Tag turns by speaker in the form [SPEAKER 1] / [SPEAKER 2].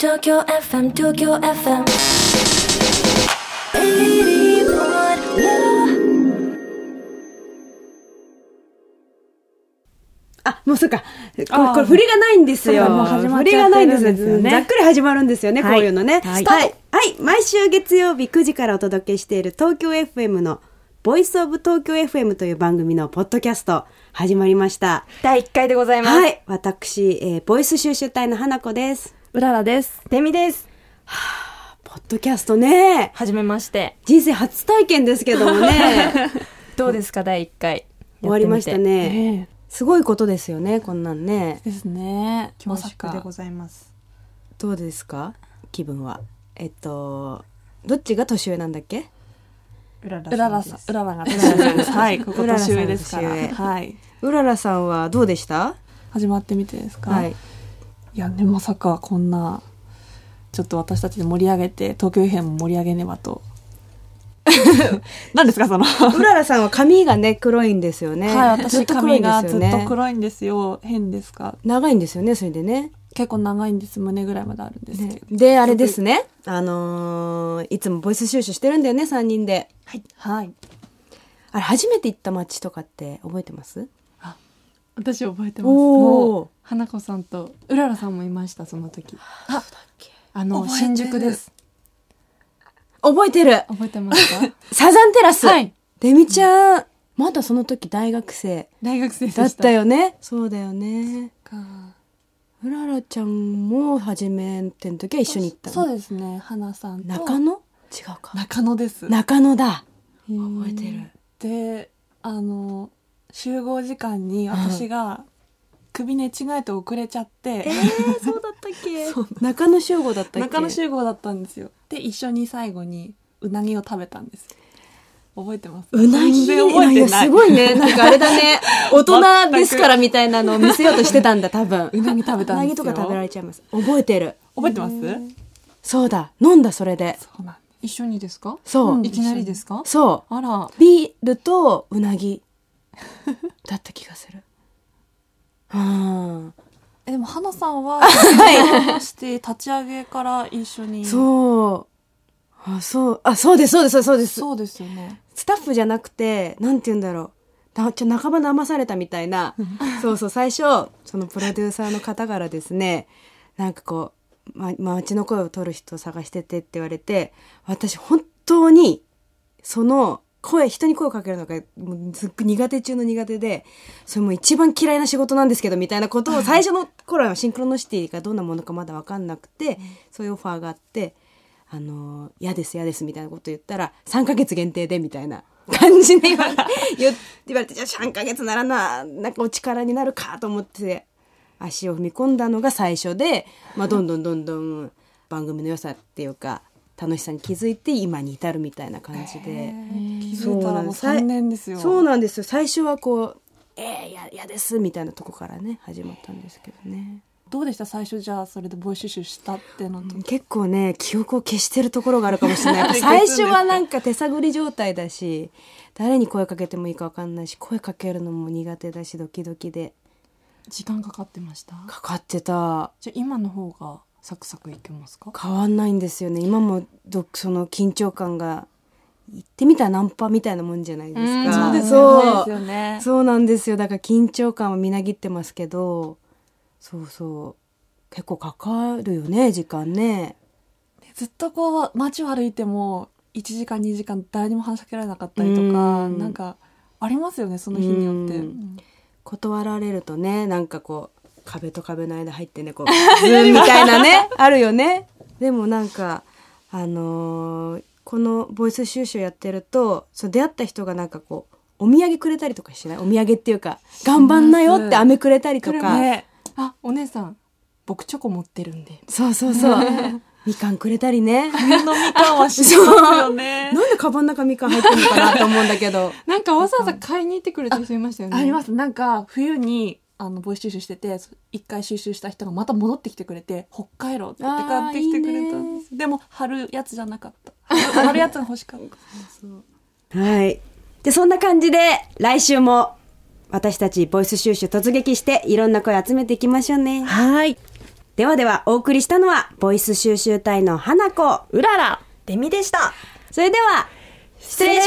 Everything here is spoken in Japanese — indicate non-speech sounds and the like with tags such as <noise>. [SPEAKER 1] 東京 FM 東京 FM 81.0
[SPEAKER 2] あ、もうそうか。これ、
[SPEAKER 3] あー
[SPEAKER 2] これ振りがないんですよ。
[SPEAKER 3] そうもう始まっ
[SPEAKER 2] 振
[SPEAKER 3] ち
[SPEAKER 2] り
[SPEAKER 3] ゃ
[SPEAKER 2] が
[SPEAKER 3] っ
[SPEAKER 2] な
[SPEAKER 3] て
[SPEAKER 2] いんで
[SPEAKER 3] るん
[SPEAKER 2] す
[SPEAKER 3] ですよね
[SPEAKER 2] よ。ざっくり始まるんですよね、
[SPEAKER 3] はい
[SPEAKER 2] こういうのね。
[SPEAKER 3] はい
[SPEAKER 2] はい。はい毎週月曜日9時からお届けしている東京 FM のボイスオブ東京 FM という番組のポッドキャスト、始まりました。
[SPEAKER 3] 第1回でございます。
[SPEAKER 2] はい。私、えーボイス収集隊の花子です。
[SPEAKER 3] うららです。デミです。
[SPEAKER 2] ポッドキャストね。
[SPEAKER 3] はじめまして。
[SPEAKER 2] 人生初体験ですけども
[SPEAKER 3] <laughs>
[SPEAKER 2] ね。
[SPEAKER 3] どうですか、第1回。
[SPEAKER 2] 終わりました
[SPEAKER 3] やってみて。
[SPEAKER 2] ね。すごいことですよね、こんなんね。
[SPEAKER 4] ですね。
[SPEAKER 5] 恐縮でご
[SPEAKER 4] まさか
[SPEAKER 5] ざいます。
[SPEAKER 2] どうですか気分は。えっと、どっちが年上なんだっけ
[SPEAKER 5] うらら
[SPEAKER 4] うらら
[SPEAKER 5] さんで
[SPEAKER 4] さ
[SPEAKER 5] す
[SPEAKER 4] ん、うららが年上です。はい、 <laughs> ここ
[SPEAKER 2] うららさん
[SPEAKER 4] 年上ですから。
[SPEAKER 2] 年上
[SPEAKER 4] はい。
[SPEAKER 2] うららさんはどうでした
[SPEAKER 4] 始まってみてですか。
[SPEAKER 2] はい。。
[SPEAKER 4] いやね、まさかこんな、ちょっと私たちで盛り上げて、東京編も盛り上げねばと。 <laughs> 何ですか、 <laughs> その。
[SPEAKER 2] うららさんは髪がね、黒いんですよね。
[SPEAKER 4] はい、私髪がずっと
[SPEAKER 2] いんですよね。
[SPEAKER 4] 黒いんですよ。変ですか。
[SPEAKER 2] 長いんですよね、それでね。
[SPEAKER 4] 結構長いんです。胸ぐらいまであるんですけど。
[SPEAKER 2] で、あれですね。あのーいつもボイス収集してるんだよね、3人で。
[SPEAKER 4] はい。
[SPEAKER 2] あれ、初めて行った街とかって覚えてます
[SPEAKER 5] 私覚えてます。
[SPEAKER 2] おー
[SPEAKER 5] 花子さんとうららさんもいましたその時。あ、あの
[SPEAKER 4] 覚えて
[SPEAKER 5] 新
[SPEAKER 4] る
[SPEAKER 5] 宿です。
[SPEAKER 2] 覚えてる
[SPEAKER 5] 覚えてますか？
[SPEAKER 2] <laughs> サザンテラス
[SPEAKER 5] はい。
[SPEAKER 2] デミちゃん、まだその時大学生
[SPEAKER 5] 大学生でした。
[SPEAKER 2] だったよね。そうだよね。
[SPEAKER 4] か
[SPEAKER 2] うららちゃんも初めての時は一緒に行ったの
[SPEAKER 4] そうですね。花さんと。
[SPEAKER 2] 中野違うか
[SPEAKER 4] 中野です。
[SPEAKER 2] 中野だ
[SPEAKER 4] 覚
[SPEAKER 2] えてる
[SPEAKER 4] であの集合時間に私が首寝違えて遅れちゃって、
[SPEAKER 2] そうだったっけ中野集合だったっけ
[SPEAKER 4] 中野集合だったんですよで一緒に最後にうなぎを食べたんです覚えてます
[SPEAKER 2] うなぎ
[SPEAKER 4] 全然覚えて
[SPEAKER 2] や
[SPEAKER 4] ない
[SPEAKER 2] すごいねなんかあれだ
[SPEAKER 4] <laughs>
[SPEAKER 2] ね大人ですからみたいなのを見せようとしてたんだ多分
[SPEAKER 4] うなぎ食べ
[SPEAKER 2] う
[SPEAKER 4] た
[SPEAKER 2] なんぎ
[SPEAKER 4] ですよ
[SPEAKER 2] とか食べられちゃいます覚えてる
[SPEAKER 4] 覚えてます
[SPEAKER 2] そうだ飲んだそれで
[SPEAKER 4] そうなんです
[SPEAKER 5] 一緒にですか？
[SPEAKER 2] そう、
[SPEAKER 4] うん
[SPEAKER 5] いきなりですか？
[SPEAKER 2] そ
[SPEAKER 5] あら、
[SPEAKER 2] うビールとうな
[SPEAKER 4] <laughs>
[SPEAKER 2] ぎだった気がするうん
[SPEAKER 4] えでも花さん <laughs> は話して立ち上げから一緒にう
[SPEAKER 2] そうあそうあそうですそうですそうです
[SPEAKER 4] そうですよね
[SPEAKER 2] スタッフじゃなくて、なんて言うんだろう。なちょ半ば騙されたみたいな。そうそう、最初、そのプロデューサーの方からですね、なんかこう、ま、街の声を取る人を探しててって言われて、私本当に、その、声、人に声をかけるのが、もうずっごい苦手中の苦手で、それもう一番嫌いな仕事なんですけど、みたいなことを、最初の頃はシンクロノシティがどんなものかまだわかんなくて、そういうオファーがあって、あの、嫌です、嫌です、みたいなこと言ったら、3ヶ月限定で、みたいな感じで言われ言って言われて、じゃあ3ヶ月ならな、なんかお力になるかと思って、足を踏み込んだのが最初で、まあ、どんどんどんどん番組の良さっていうか、楽しさに気づいて今に至るみたいな感じで。
[SPEAKER 4] 気づいたらもう3年ですよ
[SPEAKER 2] そうなんですよ。最初はこう、えー、いや、嫌です、みたいなとこからね、始まったんですけどね。
[SPEAKER 4] どうでした最初じゃあそれでボイス収集したってのと
[SPEAKER 2] 結構ね記憶を消してるところがあるかもしれ <laughs> ない最初はなんか手探り状態だし誰に声かけてもいいか分かんないし声かけるのも苦手だしドキドキで
[SPEAKER 5] 時間かかってました。
[SPEAKER 2] かかってた
[SPEAKER 5] じゃあ今の方がサクサクいけますか？
[SPEAKER 2] 変わんないんですよね今もどその緊張感が言ってみたらナンパみたいなもんじゃないですか
[SPEAKER 5] うんそうです
[SPEAKER 2] そう
[SPEAKER 4] よね
[SPEAKER 2] そうなんですよだから緊張感をみなぎってますけどそうそう結構かかるよね時間ね
[SPEAKER 4] ずっとこう街を歩いても1時間2時間誰にも話しかけられなかったりとか、
[SPEAKER 2] うん
[SPEAKER 4] なんかありますよねその日によって、
[SPEAKER 2] うん断られるとねなんかこう壁と壁の間入ってねこうズーンみたいな
[SPEAKER 4] <laughs>
[SPEAKER 2] ねあるよねでもなんかあのーこのボイス収集やってるとそう出会った人がなんかこうお土産くれたりとかしないお土産っていうか頑張んなよって飴くれたりと
[SPEAKER 4] 来る
[SPEAKER 2] か、
[SPEAKER 4] ね
[SPEAKER 5] あ、お姉さん、僕チョコ持ってるんで。
[SPEAKER 2] そうそうそう
[SPEAKER 4] <laughs>
[SPEAKER 2] みかんくれたりね
[SPEAKER 4] 冬のみかんはしますよね
[SPEAKER 2] なんでカバンの中みかん入ってるのかなと思うんだけど
[SPEAKER 5] <laughs> なんかわざわざ買いに行ってくれた人いましたよね。
[SPEAKER 4] ありますなんか冬にあのボイス収集しててそ一回収集した人がまた戻ってきてくれて北海道って言って買ってきてくれたんですでも春やつじゃなかった春春やつが欲しかった
[SPEAKER 2] はい。で、そんな感じで、来週も、私たちボイス収集突撃して、いろんな声集めていきましょうね。
[SPEAKER 3] はい。
[SPEAKER 2] ではでは、お送りしたのは、ボイス収集隊の花子。
[SPEAKER 3] うらら、デミでした。
[SPEAKER 2] それでは、
[SPEAKER 3] 失礼